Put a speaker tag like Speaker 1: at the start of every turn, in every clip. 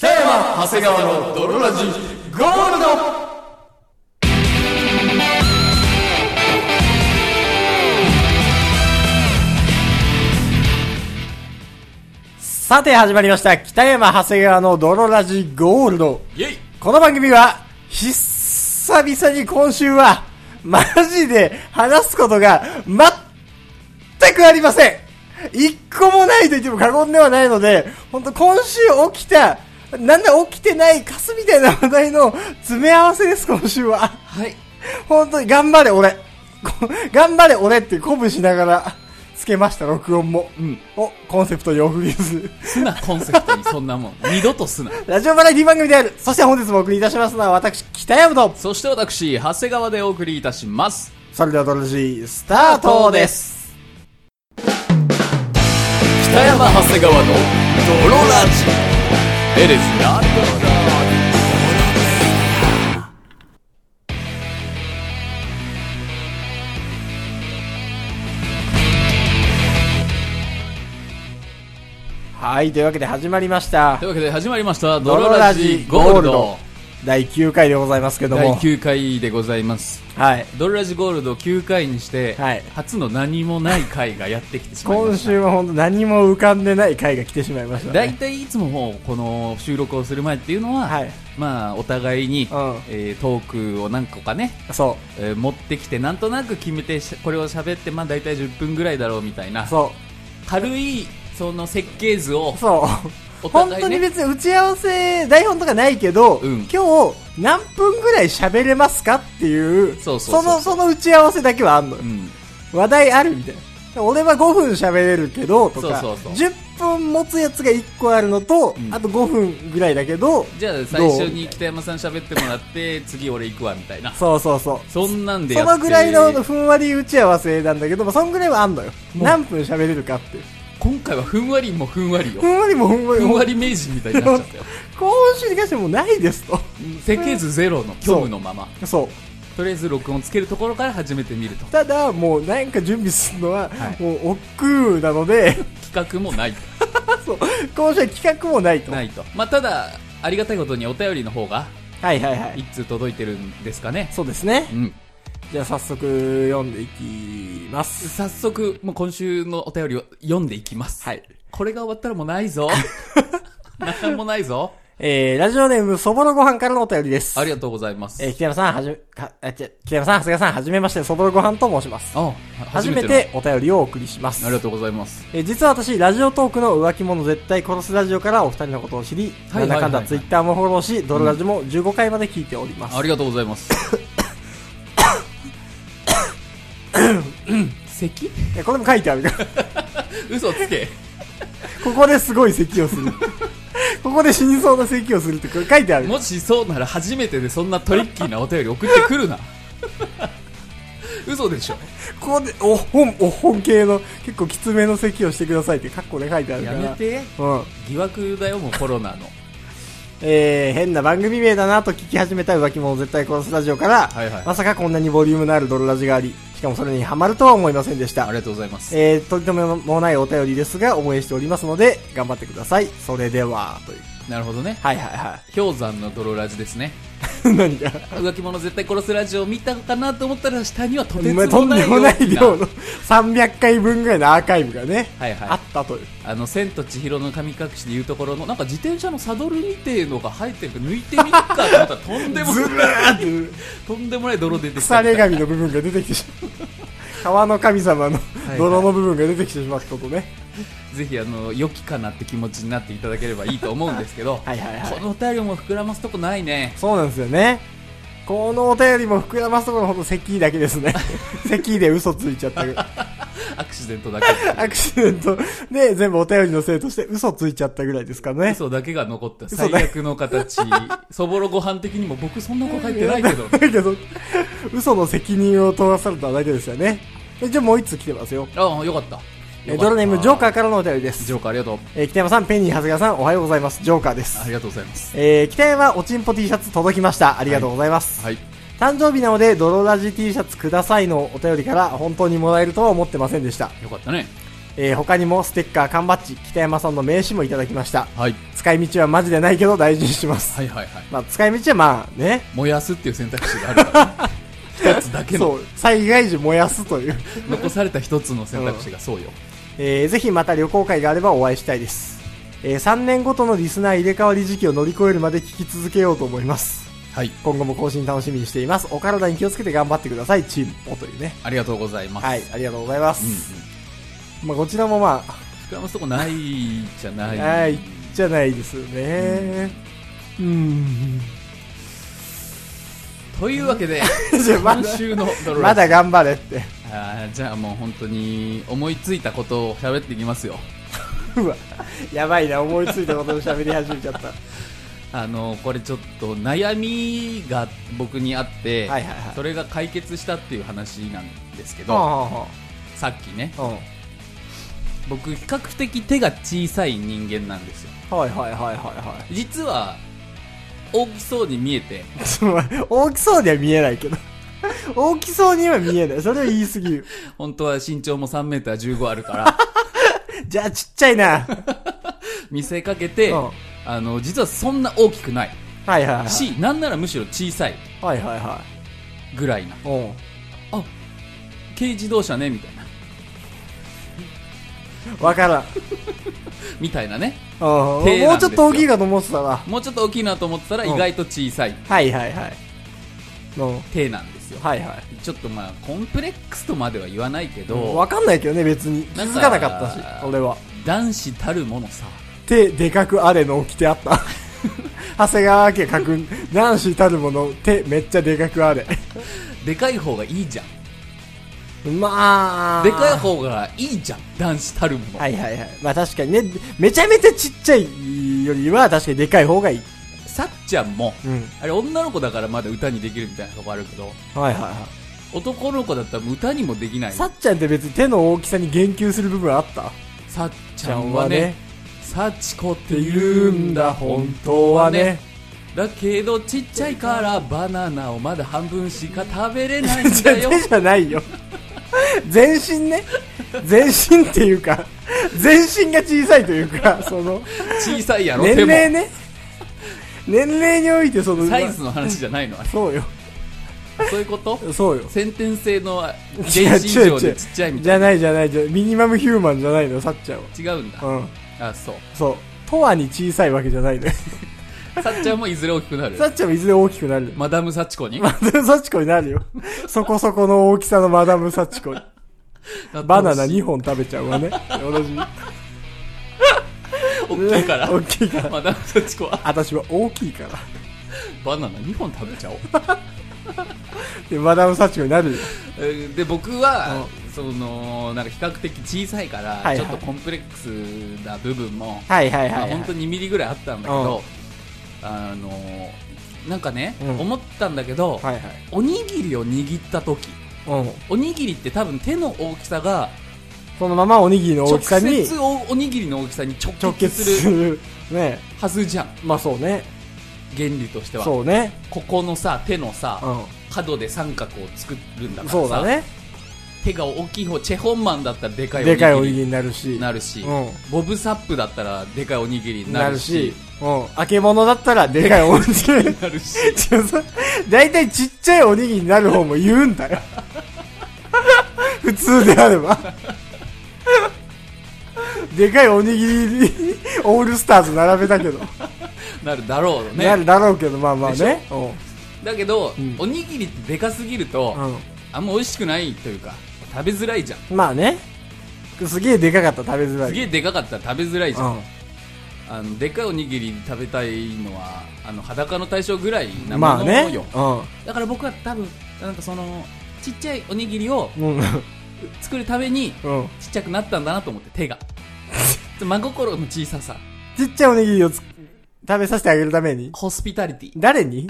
Speaker 1: 長谷川の泥ラジゴールド
Speaker 2: さて始まりました北山長谷川の泥ラジゴールド
Speaker 1: イェイ
Speaker 2: この番組は久々に今週はマジで話すことが全くありません一個もないと言っても過言ではないので本当今週起きたなんだ起きてないカスみたいな話題の詰め合わせです今週は
Speaker 1: はい。
Speaker 2: 本当に頑張れ俺 こ頑張れ俺って鼓舞しながらつけました録音も、うん、おコンセプト洋風です
Speaker 1: すな、コンセプトにそんな もん。二度とすな。
Speaker 2: ラジオバラエティ番組である。そして本日もお送りいたしますのは、私、北山と。
Speaker 1: そして私、長谷川でお送りいたします。
Speaker 2: それでは、ドロジー、スタートです。
Speaker 1: す。北山長谷川の泥ラジ。It is not d
Speaker 2: はい、というわけで始まりました
Speaker 1: とい。うわけで始まりました、
Speaker 2: ド
Speaker 1: 泥
Speaker 2: ロ
Speaker 1: ラジゴールド。
Speaker 2: 第9回でございますけど
Speaker 1: 第
Speaker 2: も。
Speaker 1: 9回でございます。
Speaker 2: はい。
Speaker 1: ドルラジゴールド9回にして、
Speaker 2: はい
Speaker 1: 初の何もない回がやってきてしまいま
Speaker 2: 今
Speaker 1: した
Speaker 2: 週は本当何も浮かんでない回が来てしまいました
Speaker 1: 大
Speaker 2: ね。
Speaker 1: 体いつももうこの収録をする前っていうのは、
Speaker 2: はい
Speaker 1: まあお互いに、
Speaker 2: うん
Speaker 1: えートークを何個かね、
Speaker 2: そ
Speaker 1: えー持ってきてなんとなく決めてしこれを喋ってまあ大体10分ぐらいだろうみたいな
Speaker 2: う。そ
Speaker 1: 軽いその設計図を
Speaker 2: う。そう。
Speaker 1: お
Speaker 2: 本
Speaker 1: 互
Speaker 2: 当
Speaker 1: い
Speaker 2: に
Speaker 1: ね
Speaker 2: 別に打ち合わせ、台本とかないけど、
Speaker 1: うん
Speaker 2: 今日何分ぐらい喋れますかっていう、
Speaker 1: そうそうそう
Speaker 2: の、その打ち合わせだけはあんのよ
Speaker 1: う。ん、
Speaker 2: 話題あるみたいな。俺は5分喋れるけど、とか、
Speaker 1: そうそうそう
Speaker 2: 10分持つやつが1個あるのと、
Speaker 1: ん
Speaker 2: あと5分ぐらいだけど、
Speaker 1: じゃあ最初に北山さん喋ってもらって次俺行くわみたいな
Speaker 2: そうそうそう。
Speaker 1: そんなんでや
Speaker 2: そ
Speaker 1: って
Speaker 2: のぐらいのふんわり打ち合わせなんだけど、まあ、そんぐらいはあんのよ。
Speaker 1: もう
Speaker 2: 何分喋れるかっていう。
Speaker 1: 今回はふんわりもふんわりよ
Speaker 2: ふんわりもふんわり
Speaker 1: ふん
Speaker 2: も
Speaker 1: わ。り名人みたいになっちゃったよ
Speaker 2: 今週に関してもうないですと。
Speaker 1: 設計図ゼロの虚無のまま
Speaker 2: そう。
Speaker 1: とりあえず録音つけるところから始めてみると
Speaker 2: ただ、もうなんか準備するのは、
Speaker 1: はい
Speaker 2: もう億劫なので、
Speaker 1: 企画もない
Speaker 2: そう。今週は企画もないと。
Speaker 1: ないと、まあ、ただありがたいことにお便りの方が
Speaker 2: はいはいはい。
Speaker 1: 一通届いてるんですかね
Speaker 2: そうですね
Speaker 1: う。ん
Speaker 2: じゃあ早速読んでいきます。
Speaker 1: 早速もう今週のお便りを読んでいきます、
Speaker 2: はい、
Speaker 1: これが終わったらもうな いぞなんもないぞ
Speaker 2: えー、ラジオネーム、そぼろご飯からのお便りです。
Speaker 1: ありがとうございます
Speaker 2: えー、北山さん、はじめ、か、あ、違う北山さん、長谷川さん、はじめまして、そぼろご飯と申します。
Speaker 1: あ
Speaker 2: 初め
Speaker 1: の
Speaker 2: てお便りをお送りします。
Speaker 1: ありがとうございます
Speaker 2: えー、実は私、ラジオトークの浮気者絶対殺すラジオからお二人のことを知り、
Speaker 1: はいはいはい
Speaker 2: なんだかんだツイッターもフォローし、ドロラジも15回まで聞いております。
Speaker 1: ありがとうございます 咳
Speaker 2: いやこれも書いてある から、
Speaker 1: 嘘つけ
Speaker 2: ここですごい咳をする。 ここで死にそうな咳をするってこれ書いてある。
Speaker 1: もしそうなら初めてでそんなトリッキーなお便り送って くるな嘘でしょ
Speaker 2: ここで、お本、お本系の、結構きつめの咳をしてくださいって、カッコで書いてあるか
Speaker 1: や
Speaker 2: ら。
Speaker 1: めて
Speaker 2: うん。
Speaker 1: 疑惑だよもうコロナの
Speaker 2: えー、変な番組名だなと聞き始めた浮気者絶対殺すラジオから、
Speaker 1: はいはい
Speaker 2: まさかこんなにボリュームのあるドロラジがあり、しかもそれにハマるとは思いませんでし
Speaker 1: あ
Speaker 2: た
Speaker 1: り。がとうございます
Speaker 2: えー、とりとめもないお便りですが、応援しておりますので、頑張ってください。それでは、という。
Speaker 1: なるほどね
Speaker 2: はいはいは
Speaker 1: 氷山の泥ラジですね
Speaker 2: い。 何が
Speaker 1: 浮気者絶対殺すラジオを見たかなと思ったら下にはとてつ
Speaker 2: お
Speaker 1: もな
Speaker 2: 前
Speaker 1: い
Speaker 2: とんでもない量
Speaker 1: よ
Speaker 2: の300回分ぐらいのアーカイブがね、
Speaker 1: はいはい
Speaker 2: あったという。
Speaker 1: あの千と千尋の神隠しでいうところのなんか自転車のサドルみてえのが生えてるから抜いてみっかと思ったらとんでも
Speaker 2: ず
Speaker 1: な
Speaker 2: ら
Speaker 1: い
Speaker 2: ーって
Speaker 1: とんでもない泥出てきた
Speaker 2: 腐
Speaker 1: みた
Speaker 2: れ
Speaker 1: いな
Speaker 2: 神の部分が出てきてし まう。川の神様の
Speaker 1: はい
Speaker 2: 泥の部分が出てきてしまったとね。
Speaker 1: ぜひあの良きかなって気持ちになっていただければいいと思うんですけど
Speaker 2: はいはいはい
Speaker 1: このお便りも膨らますとこないね
Speaker 2: そうなんですよね。このお便りも膨らますところほんと咳だけです ね。咳で嘘ついちゃった。
Speaker 1: アクシデントだけ
Speaker 2: アクシデントで全部お便りのせいとして嘘ついちゃったぐらいですかね。
Speaker 1: 嘘だけが残った
Speaker 2: 嘘だ
Speaker 1: 最悪の 形そぼろご飯的にも僕そんな子書いてないけど
Speaker 2: だけど、 嘘の責任を取らされただけですよね。でじゃあもう一つ来てますよ。
Speaker 1: ああよかった
Speaker 2: えードラネームジョーカ
Speaker 1: ー
Speaker 2: ーからのお便りで
Speaker 1: ジ
Speaker 2: す
Speaker 1: ョ。ーカーありがとう
Speaker 2: えー北山さん、ペニー、長谷川さん、おはようございます。ジョーカーで
Speaker 1: あ
Speaker 2: す。
Speaker 1: りがとうございます
Speaker 2: えー北山おちんぽ T シャツ届きました。ありがとうございます。
Speaker 1: はい
Speaker 2: 誕生日なので、泥ラジ T シャツくださいのお便りから本当にもらえるとは思ってませんでした。
Speaker 1: よかったね
Speaker 2: えー他にもステッカー、缶バッジ、北山さんの名刺もいただきました。
Speaker 1: はい
Speaker 2: 使い道はマジでないけど大事にします。
Speaker 1: はいはいはい
Speaker 2: まあ、使い道はまあね、
Speaker 1: 燃やすっていう選択肢があ るから、ね、一つだけの
Speaker 2: そう、災害時燃やすという。
Speaker 1: 残された一つの選択肢がそうよ、
Speaker 2: えーぜひまた旅行会があればお会いしたいです。え3年ごとのリスナー入れ替わり時期を乗り越えるまで聞き続けようと思います。
Speaker 1: はい
Speaker 2: 今後も更新楽しみにしています。お体に気をつけて頑張ってください、チームというね。
Speaker 1: ありがとうございます、
Speaker 2: はい、ありがとうございま
Speaker 1: うんうん、
Speaker 2: す。まあ、こちらもま
Speaker 1: 膨らますとこないじゃな
Speaker 2: あ、
Speaker 1: い
Speaker 2: はい、じゃないですよね。うん。
Speaker 1: というわけで
Speaker 2: じゃあま
Speaker 1: 今
Speaker 2: だ、
Speaker 1: 週のドロラ
Speaker 2: ま
Speaker 1: ジ
Speaker 2: だ頑張れって。
Speaker 1: あーじゃあもう本当に思いついたことを喋っていきますよ
Speaker 2: うわ、やばいな、思いついたことを喋り始めち ゃった。は
Speaker 1: あのこれちょっと悩みが僕にあって、
Speaker 2: いはいはい。
Speaker 1: それが解決したっていう話なんですけ
Speaker 2: は
Speaker 1: ど、
Speaker 2: あは
Speaker 1: さっきね
Speaker 2: あはあうん
Speaker 1: 僕比較的手が小さい人間なんですよ
Speaker 2: はいはいはいはいはい。
Speaker 1: 実は大きそうに見えて
Speaker 2: その大きそうには見えないけど。大きそうには見えない。それは言い過ぎる。
Speaker 1: 本当は身長も 3m15 あるから
Speaker 2: じゃあちっちゃいな。
Speaker 1: 見せかけて、
Speaker 2: うん
Speaker 1: あの実はそんな大きくない
Speaker 2: はいはいはい。
Speaker 1: しなんならむしろ小さい
Speaker 2: はいはいは。
Speaker 1: ぐらいない
Speaker 2: うん。
Speaker 1: あ軽自動車ねみたいな
Speaker 2: わからん。
Speaker 1: みたいなね
Speaker 2: うん
Speaker 1: 手
Speaker 2: も
Speaker 1: なん
Speaker 2: う
Speaker 1: です
Speaker 2: ち
Speaker 1: よ
Speaker 2: ょっと大きいかと思ってたわ。
Speaker 1: もうちょっと大きいなと思ってたら
Speaker 2: うん
Speaker 1: 意外と小さい
Speaker 2: はいはいはい。うん。
Speaker 1: 手なんですよ
Speaker 2: はいはい。
Speaker 1: ちょっとまあコンプレックスとまでは言わないけ
Speaker 2: うん
Speaker 1: ど
Speaker 2: わかんないけどね、別に。気
Speaker 1: なんか
Speaker 2: づかなかったし、俺は。
Speaker 1: 男子たるものさ
Speaker 2: 手、でかくあれの着てあった。 長谷川家書く、男子たるもの、手、めっちゃでかくあれ。
Speaker 1: でかい方がいいじゃん
Speaker 2: まあ。
Speaker 1: でかい方がいいじゃん男子たるもの、
Speaker 2: はいはいはい。まあ確かにね、めちゃめちゃちっちゃいよりは確かにでかい方がいい。
Speaker 1: さっちゃんも
Speaker 2: うん。
Speaker 1: あれ女の子だからまだ歌にできるみたいなとこあるけど
Speaker 2: はいはいはい。
Speaker 1: 男の子だったら歌にもできない
Speaker 2: さ
Speaker 1: さ
Speaker 2: っちゃんって別に手の大きさに言及する部分あった
Speaker 1: っちゃんはね。幸子って
Speaker 2: って
Speaker 1: 言
Speaker 2: 言
Speaker 1: う
Speaker 2: うん
Speaker 1: ん
Speaker 2: だ、
Speaker 1: だ
Speaker 2: 本
Speaker 1: 本
Speaker 2: 当
Speaker 1: 当
Speaker 2: は
Speaker 1: は
Speaker 2: ね
Speaker 1: ね。だけどちっちゃいからバナナをまだ半分しか食べれないん
Speaker 2: じゃ、
Speaker 1: だよ
Speaker 2: 手じゃないよ。 全身ね。全身っていうか、全身が小さいというか、その、
Speaker 1: 小さいやろ
Speaker 2: 年
Speaker 1: 手
Speaker 2: 齢
Speaker 1: も
Speaker 2: ね。年齢においてその、
Speaker 1: サイズの話じゃないのあれ
Speaker 2: そうよ。
Speaker 1: そういうこと
Speaker 2: そうよ。
Speaker 1: 先天性の
Speaker 2: 違う
Speaker 1: 原子異常
Speaker 2: 違う違
Speaker 1: で
Speaker 2: う
Speaker 1: ちっちゃいみ
Speaker 2: じ
Speaker 1: たい
Speaker 2: ゃないじゃないじゃないミニマムヒューマンじゃないのよ、さっちゃん
Speaker 1: な違うんだ
Speaker 2: は。うん。
Speaker 1: あそう
Speaker 2: そう。とはに小さいわけじゃない のよ。
Speaker 1: さっちゃんもいずれ大きくなる
Speaker 2: さっちゃんもいずれ大きくなる よ。
Speaker 1: マダムサチコに
Speaker 2: マダムサチコになるよ。そこそこの大きさのマダムサチコに。バナナ2本食べちゃうわね。同じ。
Speaker 1: 大きいから
Speaker 2: 大きいから。
Speaker 1: マダムサチコは
Speaker 2: 私は大きいから。
Speaker 1: バナナ2本食べちゃおう
Speaker 2: で、マダムサチコになるよ。
Speaker 1: えーで僕はそのなんか比較的小さいから、
Speaker 2: はいはい
Speaker 1: ちょっとコンプレックスな部分も、
Speaker 2: はいはい
Speaker 1: まあ、
Speaker 2: はい、
Speaker 1: 本当に2ミリぐらいあったんだけど、あのーなんかね、
Speaker 2: うん
Speaker 1: 思ったんだけど、
Speaker 2: はいはい。
Speaker 1: おにぎりを握った時
Speaker 2: うん。
Speaker 1: おにぎりって多分手の大きさが
Speaker 2: そのままおにぎりの大
Speaker 1: 直
Speaker 2: きさに
Speaker 1: 接おおにぎりの大きさに直
Speaker 2: 直
Speaker 1: 結
Speaker 2: 結
Speaker 1: す
Speaker 2: す
Speaker 1: る
Speaker 2: る。ね
Speaker 1: はずじゃん
Speaker 2: まあそうね。
Speaker 1: 原理としては
Speaker 2: そうね。
Speaker 1: ここのさ手のさ、
Speaker 2: う
Speaker 1: 角で三角を作るんだ
Speaker 2: ん。
Speaker 1: か
Speaker 2: そ
Speaker 1: ら
Speaker 2: うだ
Speaker 1: さ、
Speaker 2: ね。
Speaker 1: 手が大きい方チェホンマンだったらでかいおに
Speaker 2: で
Speaker 1: ぎり
Speaker 2: かいおにぎりになるし。
Speaker 1: なるし、
Speaker 2: うん
Speaker 1: ボブサップだったらでかいおにぎりにな
Speaker 2: な
Speaker 1: る
Speaker 2: る
Speaker 1: し
Speaker 2: し。うん。あけものだったらでかいおにぎり。
Speaker 1: なるし
Speaker 2: 違うさ 大体ちっちゃいおにぎりになる方も言うんだよ 普通であれば でかいおにぎりにオールスターズ並べたけど、
Speaker 1: なるだろうね
Speaker 2: なるだろうけどまあまあねうん
Speaker 1: だけど、
Speaker 2: うん
Speaker 1: おにぎりってでかすぎると、あんま美味しくないというか食べづらいじゃん
Speaker 2: うんまあねすげえでかかった食べづらい
Speaker 1: すげえでかかったら食べづらいじゃ、
Speaker 2: うんん
Speaker 1: あのでかいおにぎり食べたいのはあの裸の対象ぐらいなも
Speaker 2: まあ
Speaker 1: の
Speaker 2: ね
Speaker 1: よ、だから僕は多分なんかそのちっちゃいおにぎりを
Speaker 2: うんうん
Speaker 1: 作るために
Speaker 2: うん
Speaker 1: ちっちゃくなったんだなと思って 手が真心の小ささ
Speaker 2: ちっちゃいおにぎりをつ食べさせてあげるために
Speaker 1: ホスピタリティい
Speaker 2: 誰に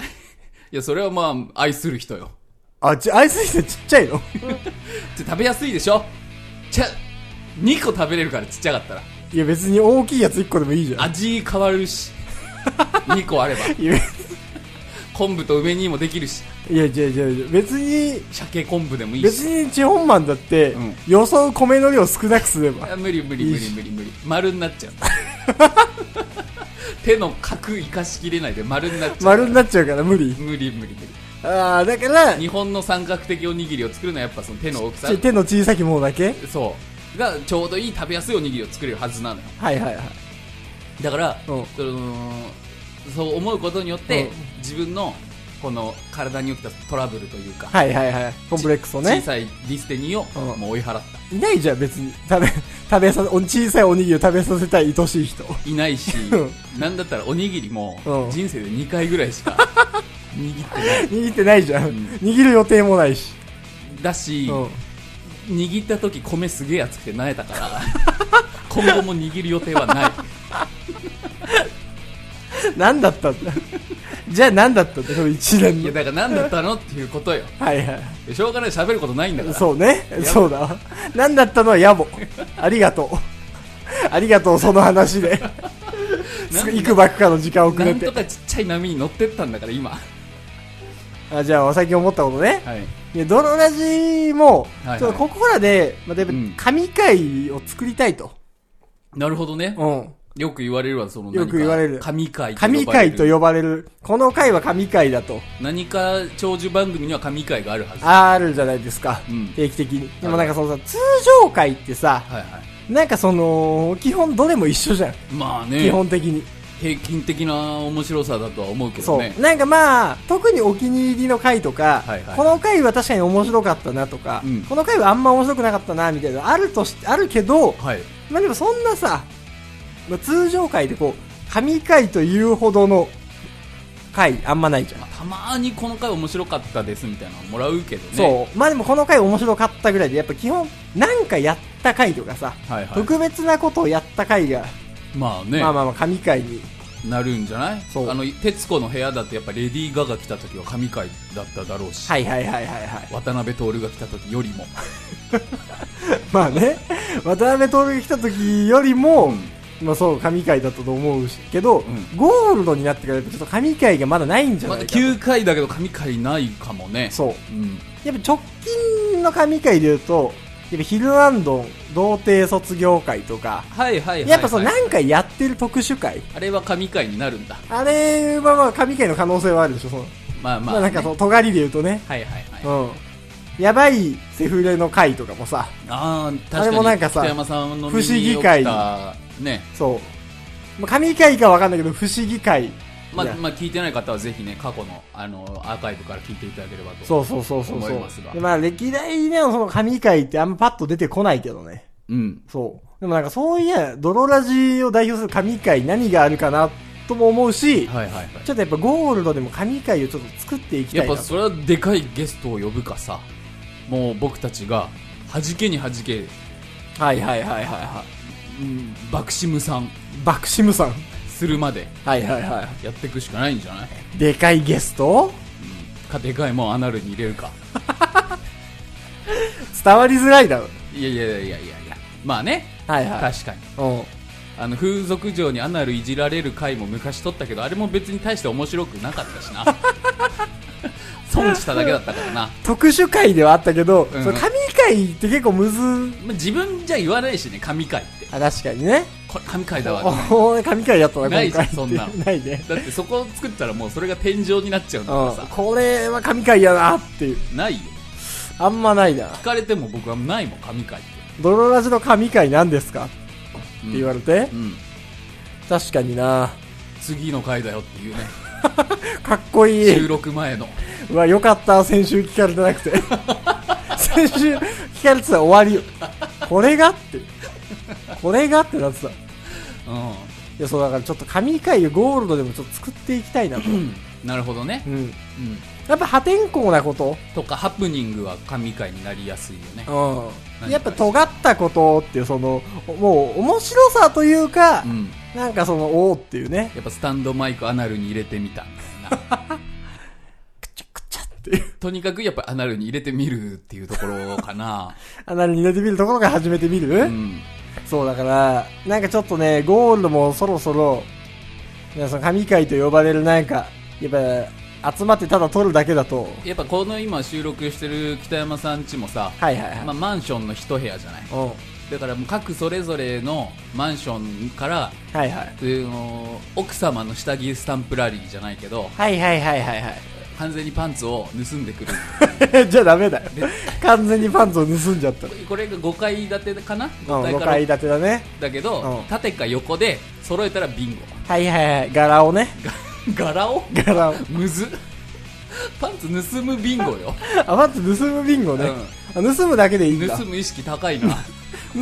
Speaker 1: やそれはまあ愛する人よ
Speaker 2: あちアイスてちっちゃいの
Speaker 1: ちょ食べやすいでしょちゃ2個食べれるからちっちゃかったら
Speaker 2: いや別に大きいやつ1個でもいいじゃん
Speaker 1: 味変わるし2個あれば
Speaker 2: いや
Speaker 1: 昆布と梅にもできるし
Speaker 2: いや、じゃあじゃあじゃあ別に、
Speaker 1: 鮭昆布でもいい
Speaker 2: 別
Speaker 1: し
Speaker 2: にチェホンマンだって、
Speaker 1: うん
Speaker 2: 予想米の量少なくすれば。
Speaker 1: あ無理無理
Speaker 2: い
Speaker 1: 無
Speaker 2: い
Speaker 1: 理
Speaker 2: し
Speaker 1: 無理無理丸になっち ゃう手の角生かしきれないで丸になっちゃう
Speaker 2: 丸になっちゃうから無理。
Speaker 1: 無理無理無理
Speaker 2: ああ、だから、
Speaker 1: 日本の三角的おにぎりを作るのはやっぱその手の大きさ
Speaker 2: ち手の小さきものだけ
Speaker 1: そうがちょうどいい食べやすいおにぎりを作れるはずなのよ
Speaker 2: はいはいはい。
Speaker 1: だから、
Speaker 2: うん
Speaker 1: そのそう思うことによって、
Speaker 2: うん
Speaker 1: 自分のこの体に起きたトラブルというか、
Speaker 2: はいはいはい。コンプレックスを
Speaker 1: 小
Speaker 2: ね。
Speaker 1: さいディスティニーを
Speaker 2: うん
Speaker 1: もう追い払った、
Speaker 2: いないじゃん、別に。食べ、食べさせ、お小さいおにぎりを食べさせたい愛しい 人。
Speaker 1: いないし
Speaker 2: う
Speaker 1: なんだったらおにぎりも
Speaker 2: うん
Speaker 1: 人生で2回ぐらいしか 握ってない
Speaker 2: 握ってないじゃん。
Speaker 1: うん
Speaker 2: 握る予定もないし。
Speaker 1: だし、
Speaker 2: うん。
Speaker 1: 握った時米すげえ熱くてなえたから 今後も握る予定はない
Speaker 2: 何だったんだじゃあ何だったんだ、その一年
Speaker 1: いや
Speaker 2: の。
Speaker 1: だから何だったのっていうことよ
Speaker 2: はいはい。
Speaker 1: しょうがない喋ることないんだから
Speaker 2: そうね。そうだわ。何だったのは野暮。ありがとう。ありがとう、その話で。
Speaker 1: なん
Speaker 2: いくばくかの時間をく
Speaker 1: な
Speaker 2: れ
Speaker 1: ん
Speaker 2: て
Speaker 1: と。かちっちゃい波に乗ってったんだから今は
Speaker 2: あじゃあ、最近思ったことね。
Speaker 1: い
Speaker 2: いや、どのラジも、
Speaker 1: はいはい
Speaker 2: ちょっとここらで、まあ、やっぱ
Speaker 1: うん
Speaker 2: 神回を作りたいと。
Speaker 1: なるほどね
Speaker 2: うん。
Speaker 1: よく言われるわその何か
Speaker 2: よく言われる
Speaker 1: 神回と呼ばれ
Speaker 2: 神
Speaker 1: る
Speaker 2: 回と呼ばれる。この回は神回だと。
Speaker 1: 何か長寿番組には神回があるはず
Speaker 2: あるじゃないですか。
Speaker 1: うん
Speaker 2: 定期的に。でも
Speaker 1: は
Speaker 2: ないんかそのさ、通常回ってさ、
Speaker 1: はいは
Speaker 2: なんかその、基本どれも一緒じゃん。
Speaker 1: いまあ
Speaker 2: 基
Speaker 1: ね
Speaker 2: 本的に。
Speaker 1: 平均的な面白さだとは思うけど
Speaker 2: そう、
Speaker 1: ね
Speaker 2: なんかまあ、特にお気に入りの回とか、
Speaker 1: はいはい
Speaker 2: この回は確かに面白かったなとか、
Speaker 1: うん
Speaker 2: この回はあんま面白くなかったな、みたいなのあるとし、あるけど、
Speaker 1: はい
Speaker 2: まあでもそんなさ、まあ、通常回でこう、神回というほどの回あんまないじゃん。
Speaker 1: まあたまにこの回面白かったですみたいなのもらうけどね
Speaker 2: そう。まあでもこの回面白かったぐらいで、やっぱ基本、なんかやった回とかさ、
Speaker 1: はいはい
Speaker 2: 特別なことをやった回が、
Speaker 1: まあね、
Speaker 2: まあまあまあ神回に。
Speaker 1: なるんじゃない
Speaker 2: そう
Speaker 1: あの徹子の部屋だってやっぱレディー・ガガ来た時は神回だっただろうし、
Speaker 2: はいはいはいはいはい。
Speaker 1: 渡辺徹が来た時よりも
Speaker 2: まあね、渡辺徹が来た時よりも、
Speaker 1: うん
Speaker 2: まあそう、神回だったと思うしけど、
Speaker 1: ん
Speaker 2: ゴールドになってからやっぱちょっと神回がまだないんじゃ
Speaker 1: ま
Speaker 2: ない
Speaker 1: だ
Speaker 2: かと
Speaker 1: 9回だけど神回ないかもね
Speaker 2: そう。
Speaker 1: うん、
Speaker 2: やっぱ直近の神回で言うと、やっぱヒルアンドン童貞卒業会とか、
Speaker 1: はいはいはい、はい、
Speaker 2: やっぱその何回やってる特殊会、
Speaker 1: あれは神回になるんだ
Speaker 2: あれはまあ神回の可能性はあるでしょ、その
Speaker 1: まあまあ、
Speaker 2: まあなんかその尖りで言うとね、
Speaker 1: はいはいはい、
Speaker 2: うん。やばいセフレの回とかもさ、
Speaker 1: ああ確かに
Speaker 2: あれもなんかさ
Speaker 1: 北山さんの
Speaker 2: 不
Speaker 1: 耳
Speaker 2: 思
Speaker 1: に
Speaker 2: 議
Speaker 1: 起き
Speaker 2: 会
Speaker 1: たね
Speaker 2: そう。まあ神回かわかんないけど、不思議会。
Speaker 1: まあ、まあ聞いてない方はぜひね過去のあのアーカイブから聞いていただければと
Speaker 2: そうそうそうそう
Speaker 1: 思
Speaker 2: そ
Speaker 1: いうますが
Speaker 2: でまあ歴代でのその神回ってあんまパッと出てこないけどね。
Speaker 1: う、うん、
Speaker 2: そう。でもなんかそういや、ドロラジを代表する神回何があるかなとも思うし、
Speaker 1: はいはいはい
Speaker 2: ちょっとやっぱゴールドでも神回をちょっと作っていき
Speaker 1: や
Speaker 2: たい
Speaker 1: っ
Speaker 2: な
Speaker 1: ぱ
Speaker 2: と。
Speaker 1: それはでかいゲストを呼ぶかさもう僕たちが弾けに弾け、
Speaker 2: はいはいはいはいは
Speaker 1: うん、爆死無惨
Speaker 2: い。バクシムさん。
Speaker 1: するまで
Speaker 2: はいはいは
Speaker 1: やっていくしかないんじゃない
Speaker 2: い。でかいゲスト
Speaker 1: かでかいもんアナルに入れるか
Speaker 2: 伝わりづらいだろ。
Speaker 1: いやいやいやいやいやまあね、
Speaker 2: はいはい。
Speaker 1: 確かに
Speaker 2: うん。
Speaker 1: あの風俗嬢にアナルいじられる回も昔撮ったけどあれも別に大して面白くなかったしな損しただけだったからな、ま
Speaker 2: 特殊回ではあったけど、
Speaker 1: うん
Speaker 2: その神回って結構むず、
Speaker 1: あ、自分じゃ言わないしね神回って
Speaker 2: あ、確かにね。
Speaker 1: これ神回だわ
Speaker 2: おお神回やったな、
Speaker 1: ない
Speaker 2: 今
Speaker 1: じゃん
Speaker 2: 回。
Speaker 1: そんなの
Speaker 2: ないね。
Speaker 1: だってそこを作ったらもうそれが天井になっちゃうんだから
Speaker 2: うん
Speaker 1: さ、
Speaker 2: これは神回やなっていう。
Speaker 1: ないよ
Speaker 2: あんまないな。
Speaker 1: 聞かれても僕はないもん神回って
Speaker 2: ドロラジの神回なんですかって言われて、
Speaker 1: うん
Speaker 2: 確かに な
Speaker 1: 次の回だよっていうね
Speaker 2: かっこい
Speaker 1: 収
Speaker 2: い。
Speaker 1: 録前の
Speaker 2: うわ、よかった、先週聞かれてなくて。先週聞かれてたら終わりよ。これがって。これがってなってた。い
Speaker 1: うん
Speaker 2: や、そうだからちょっと神回をゴールドでもちょっと作っていきたいな と。うん。
Speaker 1: なるほどね、うん、
Speaker 2: やっぱ破天荒なこと。
Speaker 1: とかハプニングは神回になりやすいよね
Speaker 2: うん。
Speaker 1: 何
Speaker 2: やっぱ尖ったことっていう、その、もう面白さというか
Speaker 1: う、ん
Speaker 2: なんかその、おーっていうね。
Speaker 1: やっぱスタンドマイクアナルに入れてみたみたいな
Speaker 2: くちゃくちゃっていう。
Speaker 1: とにかくやっぱアナルに入れてみるっていうところかな
Speaker 2: アナルに入れてみるところから始めてみる、
Speaker 1: うん
Speaker 2: そうだから、なんかちょっとね、ゴールドもそろそろ、なんかその神回と呼ばれるなんか、やっぱ、集まってただ撮るだけだと。
Speaker 1: やっぱこの今収録してる北山さん家もさ、
Speaker 2: はいはいはい。
Speaker 1: まあ、マンションの一部屋じゃない
Speaker 2: うん。は
Speaker 1: だからもう各それぞれのマンションから
Speaker 2: いはい。
Speaker 1: その奥様の下着スタンプラリーじゃないけど
Speaker 2: はいはいはいはいはい。
Speaker 1: 完全にパンツを盗ん でくる
Speaker 2: じゃあダメだよ。完全にパンツを盗んじゃった。うん、
Speaker 1: これが5階建てかな5階
Speaker 2: 5
Speaker 1: か
Speaker 2: 階
Speaker 1: ら
Speaker 2: 建てだね。
Speaker 1: だけど、
Speaker 2: うん
Speaker 1: 縦か横で揃えたらビンゴ
Speaker 2: はいはいはい。柄をね。
Speaker 1: が柄を
Speaker 2: 柄を。
Speaker 1: むず パンツ盗むビンゴよ
Speaker 2: あ、まず盗むビンゴね。あ盗むだけでいいんだ。
Speaker 1: 盗む意識高いな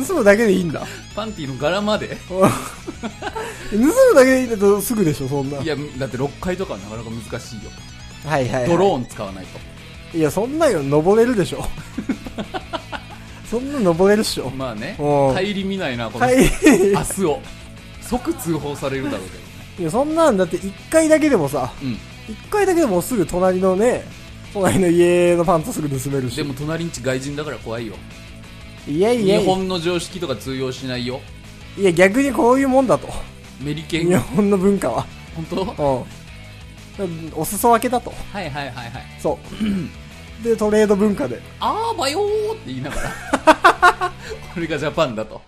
Speaker 2: 盗むだけでいいん だ。
Speaker 1: パンティの柄まで
Speaker 2: うん盗むだけでいいんだとすぐでしょ、そんな。はい
Speaker 1: やだって6階とかはなかなか難しいよ
Speaker 2: いはい、はい。
Speaker 1: ドローン使わないと
Speaker 2: いや、そんなの登れるでし ょ。そんな登れるっしょ。
Speaker 1: まあね
Speaker 2: うん
Speaker 1: 帰り見ないなこの
Speaker 2: は
Speaker 1: 人
Speaker 2: い。
Speaker 1: 明日を即通報されるだろうけどね
Speaker 2: いや、そんなんだって一回だけでもさ、
Speaker 1: うん
Speaker 2: 一回だけでもすぐ隣のね、隣の家のパンツすぐ盗めるし。
Speaker 1: でも隣んち外人だから怖いよ
Speaker 2: いやい
Speaker 1: 日
Speaker 2: やいや、
Speaker 1: 本の常識とか通用しないよ
Speaker 2: いや逆にこういうもんだと。
Speaker 1: メリケ
Speaker 2: 日
Speaker 1: ン
Speaker 2: 本の文化は。
Speaker 1: 本当は
Speaker 2: うん。お裾分けだと。
Speaker 1: いはいはいはい
Speaker 2: そう。で、トレード文化で、
Speaker 1: あーばよーって言いながら これがジャパンだと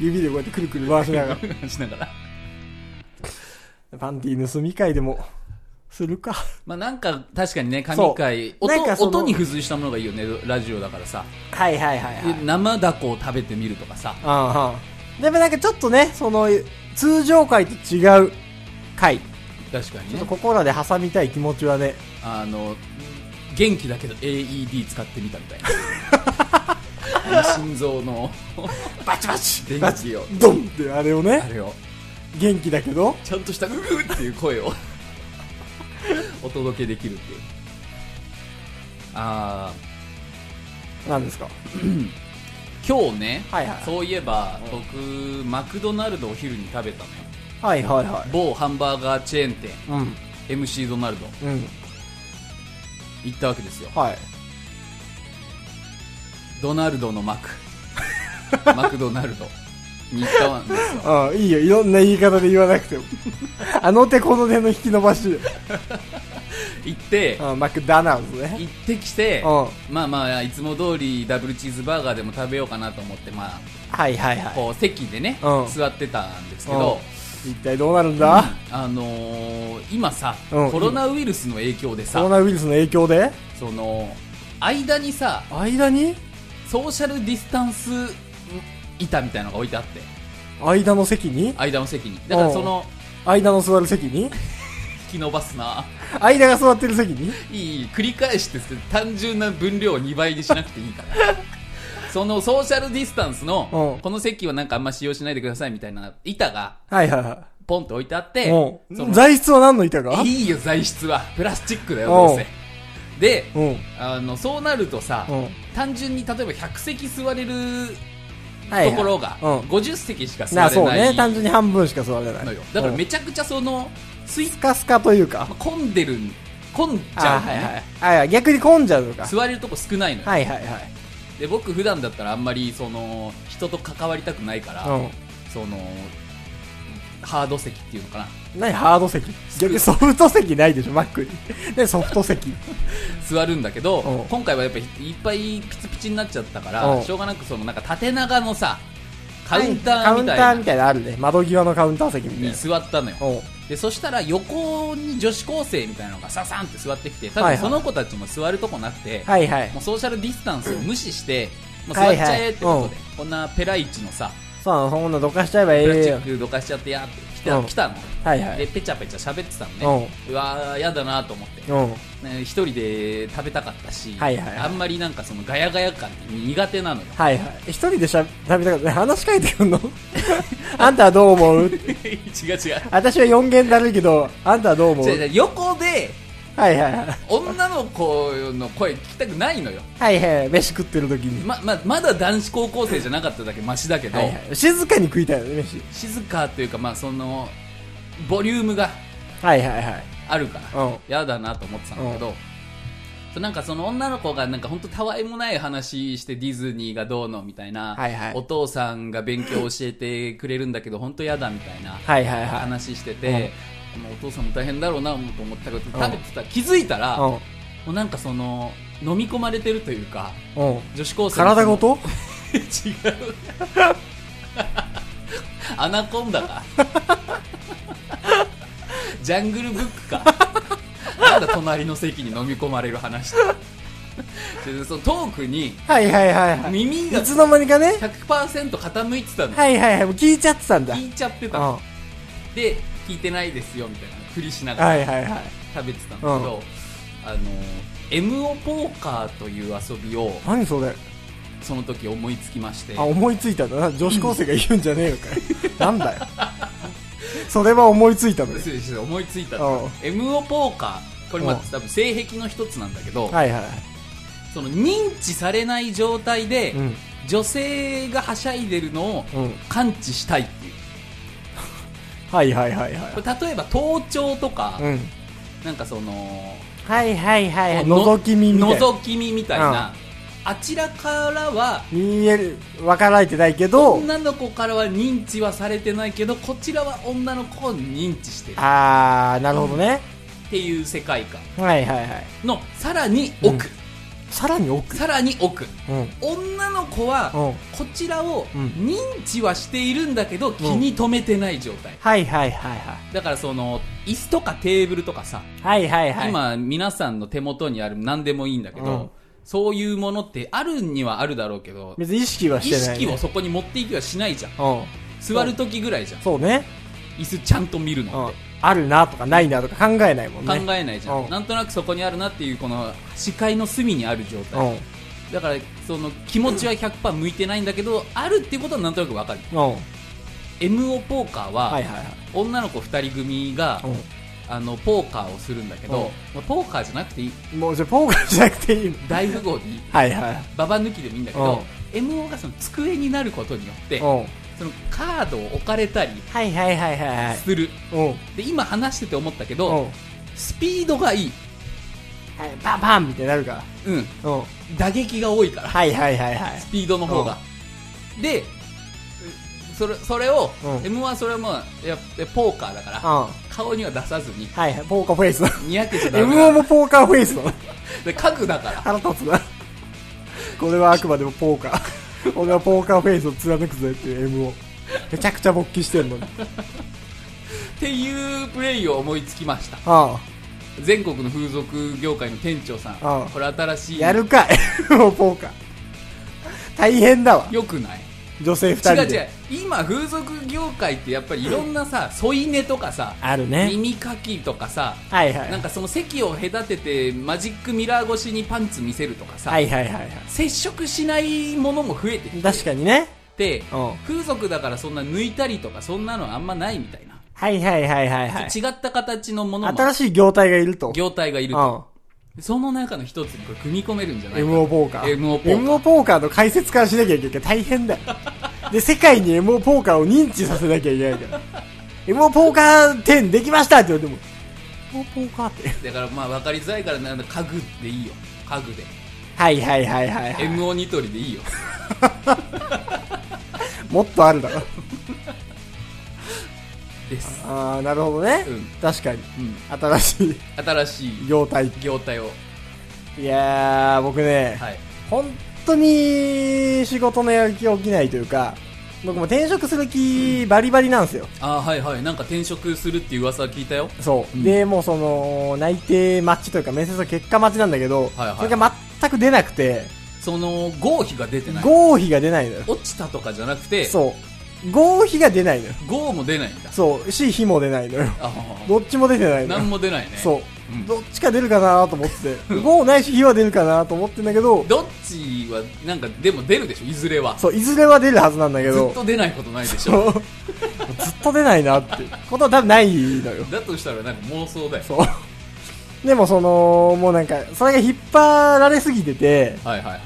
Speaker 2: 指でこうやってくるくる回しな が
Speaker 1: しながら
Speaker 2: ら。パンティー盗み会でも、するか。
Speaker 1: まあなんか確かにね
Speaker 2: そ
Speaker 1: 神
Speaker 2: うな
Speaker 1: 回
Speaker 2: ん
Speaker 1: 音
Speaker 2: かその
Speaker 1: 音に付随したものがいいよねラジオだからさ、
Speaker 2: はいはいはいはい。
Speaker 1: 生ダコを食べてみるとかさ
Speaker 2: うんうん。でもなんかちょっとね、その、通常回と違う回。
Speaker 1: 確かに
Speaker 2: ちょっ
Speaker 1: ね
Speaker 2: とここらで挟みたい気持ちはね。
Speaker 1: あの元気だけど AED 使ってみたみたい なあの心臓の
Speaker 2: バチバチ
Speaker 1: 電
Speaker 2: バ
Speaker 1: 気
Speaker 2: チ
Speaker 1: を
Speaker 2: ドンってあれを
Speaker 1: あ
Speaker 2: ね、
Speaker 1: れを
Speaker 2: 元気だけど、
Speaker 1: ちゃんとした「うぐ」っていう声 をお届けできるっていうああ
Speaker 2: なんですか。
Speaker 1: 今日ね、
Speaker 2: はいはい
Speaker 1: そういえば僕マクドナルドお昼に食べたのよ
Speaker 2: はいはいは
Speaker 1: 某ハンバーガーチェーン店
Speaker 2: い。うん。
Speaker 1: MC ドナルド
Speaker 2: うん。
Speaker 1: 行ったわけですよ
Speaker 2: はい。
Speaker 1: ドナルドのマ クマクドナルドに行ったんですよ
Speaker 2: ああ、いいよ。いろんな言い方で言わなくて も。あの手この手の引き伸ばし。
Speaker 1: 行って
Speaker 2: ああマクダナルズね。
Speaker 1: 行ってきて
Speaker 2: う
Speaker 1: まあまあいつも通りダブルチーズバーガーでも食べようかなと思ってま
Speaker 2: はいはい
Speaker 1: あ
Speaker 2: は
Speaker 1: こう席でね
Speaker 2: うん
Speaker 1: 座ってたんですけど
Speaker 2: い。一体どうなるんだ、
Speaker 1: あのー今さ
Speaker 2: うん
Speaker 1: コロナウイルスの影響で
Speaker 2: コロ
Speaker 1: さ
Speaker 2: ナウイルスの影響で
Speaker 1: その間にさ
Speaker 2: 間に
Speaker 1: ソーシャルディスタンス板みたいなのが置いてあって
Speaker 2: 間の席に
Speaker 1: 間の席にだからその
Speaker 2: 間の座る席に
Speaker 1: 引き伸ばすな
Speaker 2: 間が座ってる席に
Speaker 1: いいいい繰り返して単純な分量を2倍にしなくていいから そのソーシャルディスタンスの
Speaker 2: うん
Speaker 1: この席はなんかあんま使用しないでくださいみたいな板が
Speaker 2: はいはいは
Speaker 1: ポンと置いてあって
Speaker 2: い。も、
Speaker 1: そうの
Speaker 2: 材質は何の板が
Speaker 1: いいよ材質はプラスチックだよどうせで
Speaker 2: うん。うん。
Speaker 1: あのそうなるとさ単純に例えば100席座れる
Speaker 2: はいはい
Speaker 1: ところが
Speaker 2: うん
Speaker 1: 50席しか座
Speaker 2: なあ、
Speaker 1: れ
Speaker 2: そう
Speaker 1: な
Speaker 2: ね。
Speaker 1: い
Speaker 2: 単純に半分しか座れない。
Speaker 1: のよだから
Speaker 2: うん
Speaker 1: めちゃくちゃそのスイ
Speaker 2: スカスカというか。
Speaker 1: 混んでる混んじ
Speaker 2: ああ
Speaker 1: ゃうの
Speaker 2: はいは
Speaker 1: ね
Speaker 2: い。ああ逆に混んじゃうのか。
Speaker 1: 座れるとこ少ないのよ、
Speaker 2: はいはいはい。
Speaker 1: で僕普段だったらあんまりその人と関わりたくないから、
Speaker 2: う。
Speaker 1: そのハード席っていうのかなん
Speaker 2: 何ハード席逆にソフト席ないでしょ、マックに。 何ソフト席。
Speaker 1: 座るんだけど
Speaker 2: うん
Speaker 1: 今回はやっぱいっぱいピチピチになっちゃったか
Speaker 2: う
Speaker 1: ら
Speaker 2: ん
Speaker 1: しょうがなくそのなんか縦長のさカウンタ
Speaker 2: カ
Speaker 1: ー
Speaker 2: ウ
Speaker 1: み
Speaker 2: ンター
Speaker 1: たい
Speaker 2: み
Speaker 1: な
Speaker 2: たいなのあるね。窓際のカウンター席みたい
Speaker 1: に
Speaker 2: な。
Speaker 1: 座ったのよ
Speaker 2: おう
Speaker 1: でそしたら横に女子高生みたいなのがササンって座ってきて多
Speaker 2: はいは
Speaker 1: 分
Speaker 2: い
Speaker 1: その子たちも座るとこなくて、
Speaker 2: はいはい
Speaker 1: も。うソーシャルディスタンスを無視して、もう座
Speaker 2: は
Speaker 1: っ
Speaker 2: い
Speaker 1: ち
Speaker 2: はい
Speaker 1: ゃえってことで、こんなペライチのさ、
Speaker 2: そう、そんなどかしちゃえばえ
Speaker 1: プラス
Speaker 2: え
Speaker 1: チ
Speaker 2: よ
Speaker 1: ッ。クどかしちゃってやーって来た,、
Speaker 2: うん
Speaker 1: 来たの、
Speaker 2: はいは
Speaker 1: で、
Speaker 2: い。
Speaker 1: ペチャペチャ喋ってたのね。うわー、やだなと思って。
Speaker 2: うん。
Speaker 1: ね一人で食べたかったし、
Speaker 2: はいはいはい
Speaker 1: あんまりなんかそのガヤガヤ感って苦 手なのよ。
Speaker 2: はいはい。一人でしゃ食べたかった。話しかけてくんの あんたはどう思う
Speaker 1: 違う違う。
Speaker 2: 私は4弦だるいけど、あんたはどう思う
Speaker 1: 違う違う横で
Speaker 2: はいはいはい。
Speaker 1: 女の子の声聞きたくないのよ。
Speaker 2: はいはい。飯食ってる時に。
Speaker 1: ま、ま、まだ男子高校生じゃなかっただけマシだけど、
Speaker 2: はいはい。静かに食いたいよね、飯。
Speaker 1: 静かというか、まあ、その、ボリュームが
Speaker 2: はいはいはい。
Speaker 1: あるから、
Speaker 2: うん。
Speaker 1: やだなと思ってたんだけど、なんかその女の子がなんか本当たわいもない話してディズニーがどうのみたいな、
Speaker 2: はいはい
Speaker 1: お父さんが勉強教えてくれるんだけど本当やだみたいな
Speaker 2: はいはいはい。
Speaker 1: 話してて、まあお父さんも大変だろうなと思ったけど食
Speaker 2: うん
Speaker 1: べてた気づいたら
Speaker 2: う
Speaker 1: もうなんかその飲み込まれてるというか
Speaker 2: ん。うん。
Speaker 1: 女子高生の
Speaker 2: 体ごと
Speaker 1: 違う アナコンダかジャングルブックかなんだ隣の席に飲み込まれる話ってでそのトークに
Speaker 2: はいはいはいはい。
Speaker 1: 耳が
Speaker 2: いつの間にかね。
Speaker 1: 100%傾いてたの
Speaker 2: はいはいはい。もう聞いちゃってたんだ。うん。
Speaker 1: 聞いちゃってたの
Speaker 2: は
Speaker 1: で聞いてないですよみたいなふりしないがら
Speaker 2: はいはい。
Speaker 1: 食べてたんだけど、あの MO ポーカーという遊びを
Speaker 2: 何それ
Speaker 1: その時思いつきまして
Speaker 2: あ、思いついたんだな。女子高生が言うんじゃねえよ かい。なんだよ。それは思いついたのよ。
Speaker 1: 失礼失礼思いついた
Speaker 2: うん
Speaker 1: MO ポーカーこれまあ
Speaker 2: うん
Speaker 1: 多分性癖の一つなんだけど、
Speaker 2: はいはいは
Speaker 1: その認知されない状態
Speaker 2: い。
Speaker 1: で、
Speaker 2: うん。
Speaker 1: 女性がはしゃいでるのを
Speaker 2: うん。
Speaker 1: 感知したいっていう
Speaker 2: はいはいはいはい。
Speaker 1: これ例えば盗聴とか、
Speaker 2: うん。
Speaker 1: なんかその
Speaker 2: はいはいはいはい。
Speaker 1: の
Speaker 2: 覗き見みたいな。
Speaker 1: 覗き見みたいな、あちらからは
Speaker 2: 見える、わかられてないけど、
Speaker 1: 女の子からは認知はされてないけどこちらは女の子を認知してるっ
Speaker 2: あー、なるほどね。
Speaker 1: ていう世界観
Speaker 2: はいはいはい。
Speaker 1: のさらに奥、
Speaker 2: さらに奥。
Speaker 1: さらに奥
Speaker 2: うん。うん。
Speaker 1: 女の子は、こちらを
Speaker 2: うん
Speaker 1: 認知はしているんだけど、気に留めてない状態
Speaker 2: はいはいはいはい。
Speaker 1: だからその椅子とかテーブルとかさ、
Speaker 2: はいはいはい。
Speaker 1: 今皆さんの手元にある何でもいいんだけど、
Speaker 2: うん
Speaker 1: そういうものってあるにはあるだろうけど、
Speaker 2: 別に意識はし
Speaker 1: 意
Speaker 2: てない、
Speaker 1: 識をそこに持っていきはしないじゃん
Speaker 2: を。うん。
Speaker 1: 座る時ぐらいじゃん
Speaker 2: そうね。
Speaker 1: 椅子ちゃんと見る
Speaker 2: う
Speaker 1: のっ
Speaker 2: ん
Speaker 1: て。
Speaker 2: あるなとかないなとか考えないもん
Speaker 1: 考
Speaker 2: ね。
Speaker 1: えないじゃん、
Speaker 2: うん
Speaker 1: なんとなくそこにあるなっていうこの視界の隅にある状態、だからその気持ちは100%向いてないんだけど、あるっていうことはなんとなくわかる
Speaker 2: うん。うん。
Speaker 1: MO ポーカーは、
Speaker 2: はいはいはい。
Speaker 1: 女の子2人組が、あのポーカーをするんだけど、まあポーカーじゃなくていい
Speaker 2: うん。もうじゃあポーカーじゃなくていいの
Speaker 1: 大富豪でいい
Speaker 2: はいはい。
Speaker 1: ババ抜きでもいいんだけど MO がその机になることによって
Speaker 2: うん。はい
Speaker 1: そのカードを置かれたり
Speaker 2: はいはいはいはい。
Speaker 1: する
Speaker 2: うん。
Speaker 1: で今話してて思ったけ
Speaker 2: うん。
Speaker 1: ど
Speaker 2: はい、
Speaker 1: スピードがいい、
Speaker 2: バンバンみたいになるか
Speaker 1: うん、
Speaker 2: ら。うん。
Speaker 1: 打撃が多いから
Speaker 2: はいはいはいはい。
Speaker 1: スピードの方がでそれそれを、
Speaker 2: うん
Speaker 1: M はそれはもうやっぱポーカーだから
Speaker 2: うん。
Speaker 1: 顔には出さずに
Speaker 2: はいはい。ポーカーフェイス。
Speaker 1: にやけちゃダメ
Speaker 2: MO
Speaker 1: だ
Speaker 2: もポーカーフェイスなの。
Speaker 1: で角だから
Speaker 2: 腹立つな。これはあくまでもポーカー。俺はポーカーフェイスを貫くぜっていう MO。めちゃくちゃ勃起してんのに。
Speaker 1: っていうプレイを思いつきました
Speaker 2: あ
Speaker 1: 全国の風俗業界の店長さん
Speaker 2: ああ
Speaker 1: これ新し
Speaker 2: あ。
Speaker 1: い
Speaker 2: やるかい。もうポーカー。大変だわ。
Speaker 1: よくない
Speaker 2: 女性二人
Speaker 1: 違う
Speaker 2: で。
Speaker 1: 違う今風俗業界ってやっぱりいろんなさ添い寝とかさ
Speaker 2: あるね。
Speaker 1: 耳かきとかさ
Speaker 2: はいはい。
Speaker 1: なんかその席を隔ててマジックミラー越しにパンツ見せるとかさ、
Speaker 2: はいはいはいは
Speaker 1: 接触しないものも増えてき
Speaker 2: い。確かにね。
Speaker 1: て
Speaker 2: うん。
Speaker 1: 風俗だからそんな抜いたりとかそんなのあんまないみたいな、
Speaker 2: はいはいはいはいはい。
Speaker 1: 違った形のものも
Speaker 2: 新しい業態がいると。
Speaker 1: 業態がいるとその中の一つにこれ組み込めるんじゃ
Speaker 2: うん。
Speaker 1: ない
Speaker 2: MO ポーカー。
Speaker 1: MO ポーカー
Speaker 2: MO ポーカーの解説からしなきゃいけないから大 変だよ。で、世界に MO ポーカーを認知させなきゃいけないから。MO ポーカー店できましたって言われても。MO ポーカーって。
Speaker 1: だからまあ分かりづらいからなんだ家具でいいよ家具で
Speaker 2: はいはいはいはい、はい。
Speaker 1: MO ニトリでいいよ
Speaker 2: もっとあるだ ろ。
Speaker 1: です、
Speaker 2: あー、なるほどね。
Speaker 1: うん
Speaker 2: 確かに。
Speaker 1: うん、
Speaker 2: 新しい
Speaker 1: 新しい
Speaker 2: 業態。
Speaker 1: 業態を
Speaker 2: いやー、僕ね、
Speaker 1: はい
Speaker 2: 本当に仕事のやる気が起きないというか、僕も転職する気バリバリなんですよ。
Speaker 1: あーはいはいなんか転職するっていう噂は聞いたよ
Speaker 2: そう。
Speaker 1: うん
Speaker 2: で、もうその、内定待ちというか面接の結果待ちなんだけど、
Speaker 1: はいはい
Speaker 2: それが全く出なくて、
Speaker 1: その合否が出てない
Speaker 2: 合否が出ないのよ。
Speaker 1: 落ちたとかじゃなくて
Speaker 2: そう。合否が出ないのよ。
Speaker 1: 合も出ないんだ
Speaker 2: そう。し、否も出ないのよ。
Speaker 1: あ
Speaker 2: どっちも出てない
Speaker 1: あ
Speaker 2: のよ。
Speaker 1: 何も出ないね
Speaker 2: そう。
Speaker 1: うん
Speaker 2: どっちか出るかなと思って て、合ないし否は出るかなと思ってんだけど、
Speaker 1: どっちはなんかでも出るでしょいずれはず
Speaker 2: そう、いずれは出るはずなんだけど
Speaker 1: っ、と出ないことないでしょ
Speaker 2: そう ずっと出ないなってことは多分ないのよ。
Speaker 1: だとしたらなんか妄想だよ
Speaker 2: そう。でもその、もうなんか、それが引っ張られすぎてて、
Speaker 1: はいはいはい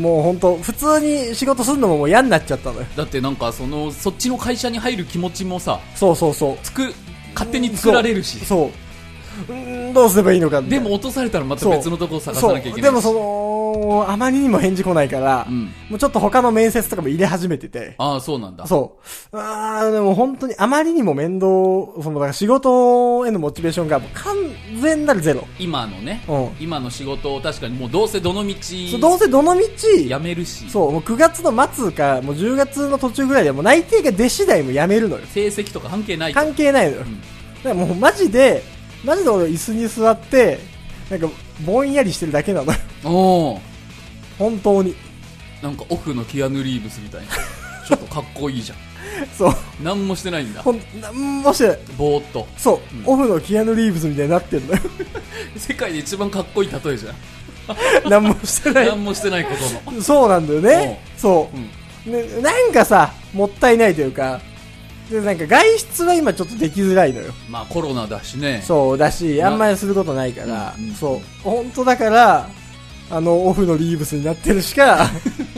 Speaker 2: もう本当普通に仕事するのももう嫌になっちゃったのよ。
Speaker 1: だってなんかそのそっちの会社に入る気持ちもさ
Speaker 2: そうそうそう。
Speaker 1: つく勝手に作られるし
Speaker 2: そう。うーん、どうすればいいのかみたい
Speaker 1: で
Speaker 2: な
Speaker 1: も落とされたらまた
Speaker 2: そう
Speaker 1: 別のとこを探さなきゃいけないし
Speaker 2: そう。でもその、もう、あまりにも返事来ないから、
Speaker 1: うん
Speaker 2: もうちょっと他の面接とかも入れ始めてて。
Speaker 1: ああ、そうなんだ。
Speaker 2: そう。あーでも本当にあまりにも面倒、その、だから仕事へのモチベーションがもう完全なるゼロ。
Speaker 1: 今のね、
Speaker 2: う
Speaker 1: 今の仕事を確かにもうどうせどの道
Speaker 2: そうどうせどの道、
Speaker 1: 辞めるし、
Speaker 2: そう、もう9月の末か、もう10月の途中ぐらいでもう内定が出次第もうやめるのよ。
Speaker 1: 成績とか関係ないと
Speaker 2: 関係ないのよ。だ
Speaker 1: ん
Speaker 2: からもうマジで、マジで俺椅子に座って、なんか、ぼんやりしてるだけなのよ。
Speaker 1: おお
Speaker 2: 本当に。
Speaker 1: なんかオフのキアヌ・リーブスみ たいなちょっとかっこいいじゃん
Speaker 2: そう。
Speaker 1: 何もしてないんだ
Speaker 2: ほん、なんもしてない。
Speaker 1: ぼーっと
Speaker 2: そう、
Speaker 1: うん
Speaker 2: オフのキアヌ・リーブスみたいになって んのよ。
Speaker 1: 世界で一番かっこいい例えじゃん
Speaker 2: なんもしてない。
Speaker 1: 何もしてないこ との
Speaker 2: そうなんだよね。そうう、
Speaker 1: ん
Speaker 2: ねなんかさ、もったいないというか、で、なんか外出は今ちょっとできづらいのよ。
Speaker 1: まあコロナだしね
Speaker 2: そうだし、
Speaker 1: な
Speaker 2: あんまりすることないから、
Speaker 1: うんうん
Speaker 2: そう。本当だから、あの、オフのリーブスになってるし か、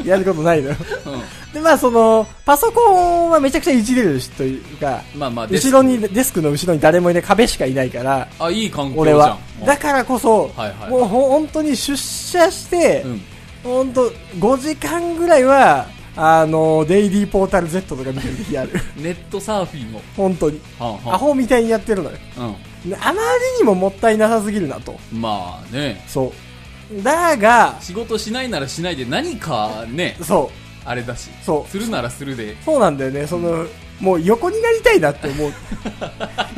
Speaker 2: やることないのよ。
Speaker 1: う
Speaker 2: で、まあその、パソコンはめちゃくちゃいじれるしというか、
Speaker 1: ん、まあまあデス
Speaker 2: 後ろ
Speaker 1: ク
Speaker 2: に、デスクの後ろに誰もいない壁しかいないから、
Speaker 1: あいい環境じ
Speaker 2: 俺
Speaker 1: ゃん
Speaker 2: は。
Speaker 1: うん
Speaker 2: だからこそ、
Speaker 1: はいはい
Speaker 2: もうほ本当に出社して、
Speaker 1: うん
Speaker 2: 本当5時間ぐらいは、あの、デイリーポータル Z とか見てる日ある。
Speaker 1: ネットサーフィンを
Speaker 2: 本当に。
Speaker 1: はんはん
Speaker 2: アホみたいにやってるのよ。あまりにももったいなさすぎるなと。
Speaker 1: うん、まあね
Speaker 2: そう。だが、
Speaker 1: 仕事しないならしないで何かね
Speaker 2: そ
Speaker 1: あれだし
Speaker 2: う、そう、
Speaker 1: するならするで
Speaker 2: そうなんだよね。その、もう横になりたいなって 思う。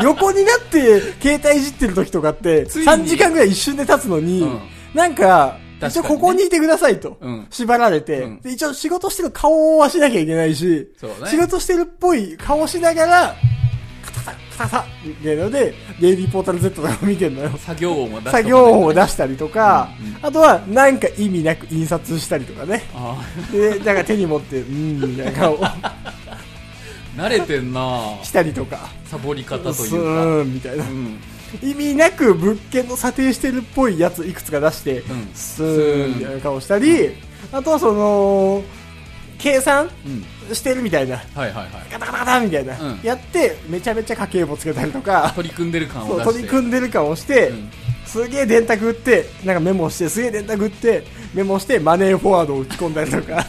Speaker 2: 横になって携帯いじってる時とかって、
Speaker 1: ついに
Speaker 2: 3時間ぐらい一瞬で経つのに、
Speaker 1: うん
Speaker 2: なんか、
Speaker 1: 確かにね
Speaker 2: 一応ここにいてくださいと、
Speaker 1: うん
Speaker 2: 縛られて、
Speaker 1: うん
Speaker 2: で一応仕事してる顔はしなきゃいけないし、
Speaker 1: そうね
Speaker 2: 仕事してるっぽい顔しながら、カタカタカタカタみたいなので、デイリーポータル Z とか見てんのよ。
Speaker 1: 作業音を出して
Speaker 2: 作業音を出したりとか、
Speaker 1: うん
Speaker 2: あとはなんか意味なく印刷したりとかね。
Speaker 1: あ
Speaker 2: で、なんか手に持って、うーん、みたいな顔を
Speaker 1: あ慣れてんな
Speaker 2: したりとか。
Speaker 1: サボり方と
Speaker 2: う
Speaker 1: いうか
Speaker 2: ーんみたいな
Speaker 1: うん
Speaker 2: 意味なく物件の査定してるっぽいやついくつか出して、
Speaker 1: ん
Speaker 2: スーンみたいな顔したりあとはその計算
Speaker 1: うん
Speaker 2: してるみたいな
Speaker 1: はいはいはい
Speaker 2: ガタガタガタみたいな、
Speaker 1: うん
Speaker 2: やってめちゃめちゃ家計簿つけたりとか
Speaker 1: 取り組んでる感を
Speaker 2: そう
Speaker 1: 出して
Speaker 2: 取り組んでる感をして、
Speaker 1: うん
Speaker 2: すげえ電卓打ってなんかメモしてすげえ電卓打ってメモしてマネーフォワードを打ち込んだりと か
Speaker 1: いや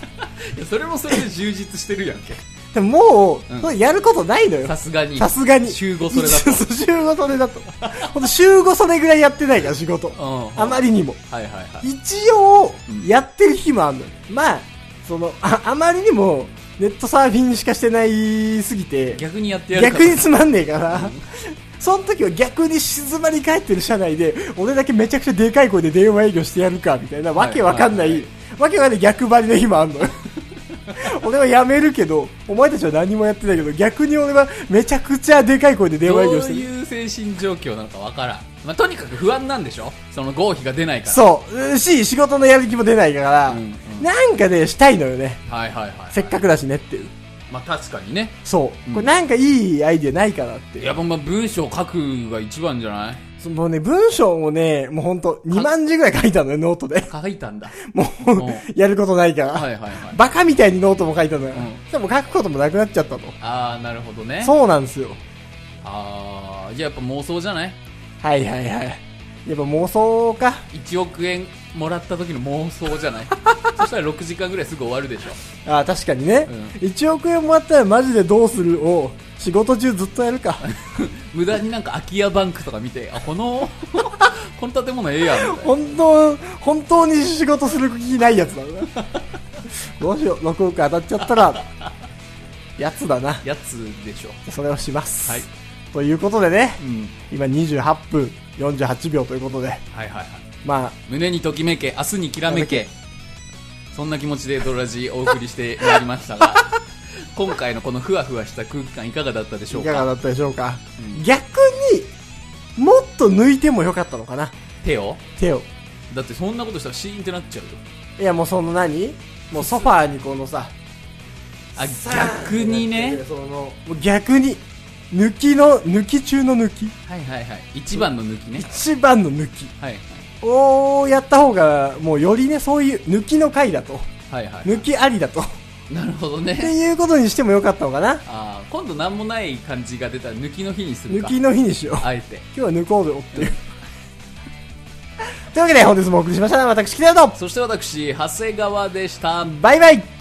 Speaker 1: それもそれで充実してるやんけ
Speaker 2: でももう、
Speaker 1: うん
Speaker 2: それやることないのよ
Speaker 1: さすがに
Speaker 2: さすがに。
Speaker 1: 週5それだと
Speaker 2: そう週5それだと。ほんと週5それぐらいやってないから、仕事。
Speaker 1: うん
Speaker 2: あまりにも。
Speaker 1: はいはいはい
Speaker 2: 一応
Speaker 1: うん、
Speaker 2: やってる日もあるのよ。まあ、その、あ、あまりにも、ネットサーフィンしかしてないすぎて、
Speaker 1: 逆にやってやるか
Speaker 2: 逆
Speaker 1: ら
Speaker 2: につまんねえから、その時は逆に静まり返ってる車内で、俺だけめちゃくちゃでかい声で電話営業してやるか、みたいな、わけわかんな
Speaker 1: はい
Speaker 2: い
Speaker 1: は、
Speaker 2: わけわかんない逆張りの日もあ んのよ。俺はやめるけど、お前たちは何もやってないけど、逆に俺はめちゃくちゃでかい声で電話営
Speaker 1: ど
Speaker 2: 業
Speaker 1: う
Speaker 2: してる。
Speaker 1: いう精神状況なのかわからん、まあ、とにかく不安なんでしょその合否が出ないから
Speaker 2: そううん。し、仕事のやる気も出ないから、
Speaker 1: うんうん
Speaker 2: なんかね、したいのよね。
Speaker 1: はいはいはい、はい、
Speaker 2: せっかくだしねっていう。
Speaker 1: まあ確かにね
Speaker 2: そう。
Speaker 1: うん
Speaker 2: これなんかいいアイデアないかなって
Speaker 1: い
Speaker 2: い
Speaker 1: や
Speaker 2: う。
Speaker 1: っぱまあ文章書くが一番じゃない
Speaker 2: そのね、文章もね、もうほんと、2万字ぐらい書いたのよ、ノートで。
Speaker 1: 書いたんだ
Speaker 2: も
Speaker 1: う、
Speaker 2: うんやることないから。
Speaker 1: はいはいはい
Speaker 2: バカみたいにノートも書いたのよ。
Speaker 1: うん
Speaker 2: でも書くこともなくなっちゃったの。
Speaker 1: ああなるほどね
Speaker 2: そうなんですよ。
Speaker 1: ああじゃあやっぱ妄想じゃない
Speaker 2: はいはいはい。やっぱ妄想か。
Speaker 1: 1億円もらった時の妄想じゃ ないそしたら6時間ぐらいすぐ終わるでしょ
Speaker 2: ああ、確かにね、
Speaker 1: うん
Speaker 2: 1億円もらったらマジでどうするを、仕事中ずっとやる か。
Speaker 1: 無駄になんか空き家バンクとか見てあこの この建物ええやんみたいな
Speaker 2: 本当、本当に仕事する気ないやつだ な。どうしよう、6億当たっちゃったら、やつだな。
Speaker 1: やつでしょ
Speaker 2: それをします。
Speaker 1: はい
Speaker 2: ということでね、
Speaker 1: うん
Speaker 2: 今28分48秒ということで、
Speaker 1: はいはいはい
Speaker 2: まあ、
Speaker 1: 胸にときめけ明日にきらめけそんな気持ちでドラジお送りしてまいりましたが今回のこのふわふわした空気感いかがだったでしょう
Speaker 2: い
Speaker 1: か
Speaker 2: かがだったでしょうか、
Speaker 1: うん
Speaker 2: 逆にもっと抜いてもよかったのかな
Speaker 1: 手を
Speaker 2: 手を
Speaker 1: だってそんなことしたらシーンってなっちゃうよ
Speaker 2: いやもうその何もうソファーにこのさ
Speaker 1: あ
Speaker 2: さ
Speaker 1: 逆にね
Speaker 2: そのもう逆に抜きの抜き中の抜き
Speaker 1: はいはいはい一番の抜きね
Speaker 2: 一番の抜き
Speaker 1: はい
Speaker 2: をやった方がもうよりねそういう抜きの回だと
Speaker 1: はいはいは
Speaker 2: 抜きありだとっ
Speaker 1: いなるほど
Speaker 2: て
Speaker 1: ね
Speaker 2: いうことにしてもよかったのかな
Speaker 1: あー今度何もない感じが出たら抜きの日にする
Speaker 2: 抜
Speaker 1: か
Speaker 2: きの日にしよう
Speaker 1: あえて
Speaker 2: 今日は抜こうよっていうとというわけで、本日もお送りしましたのは私、キレアと、
Speaker 1: そして私長谷川でした
Speaker 2: バイバイ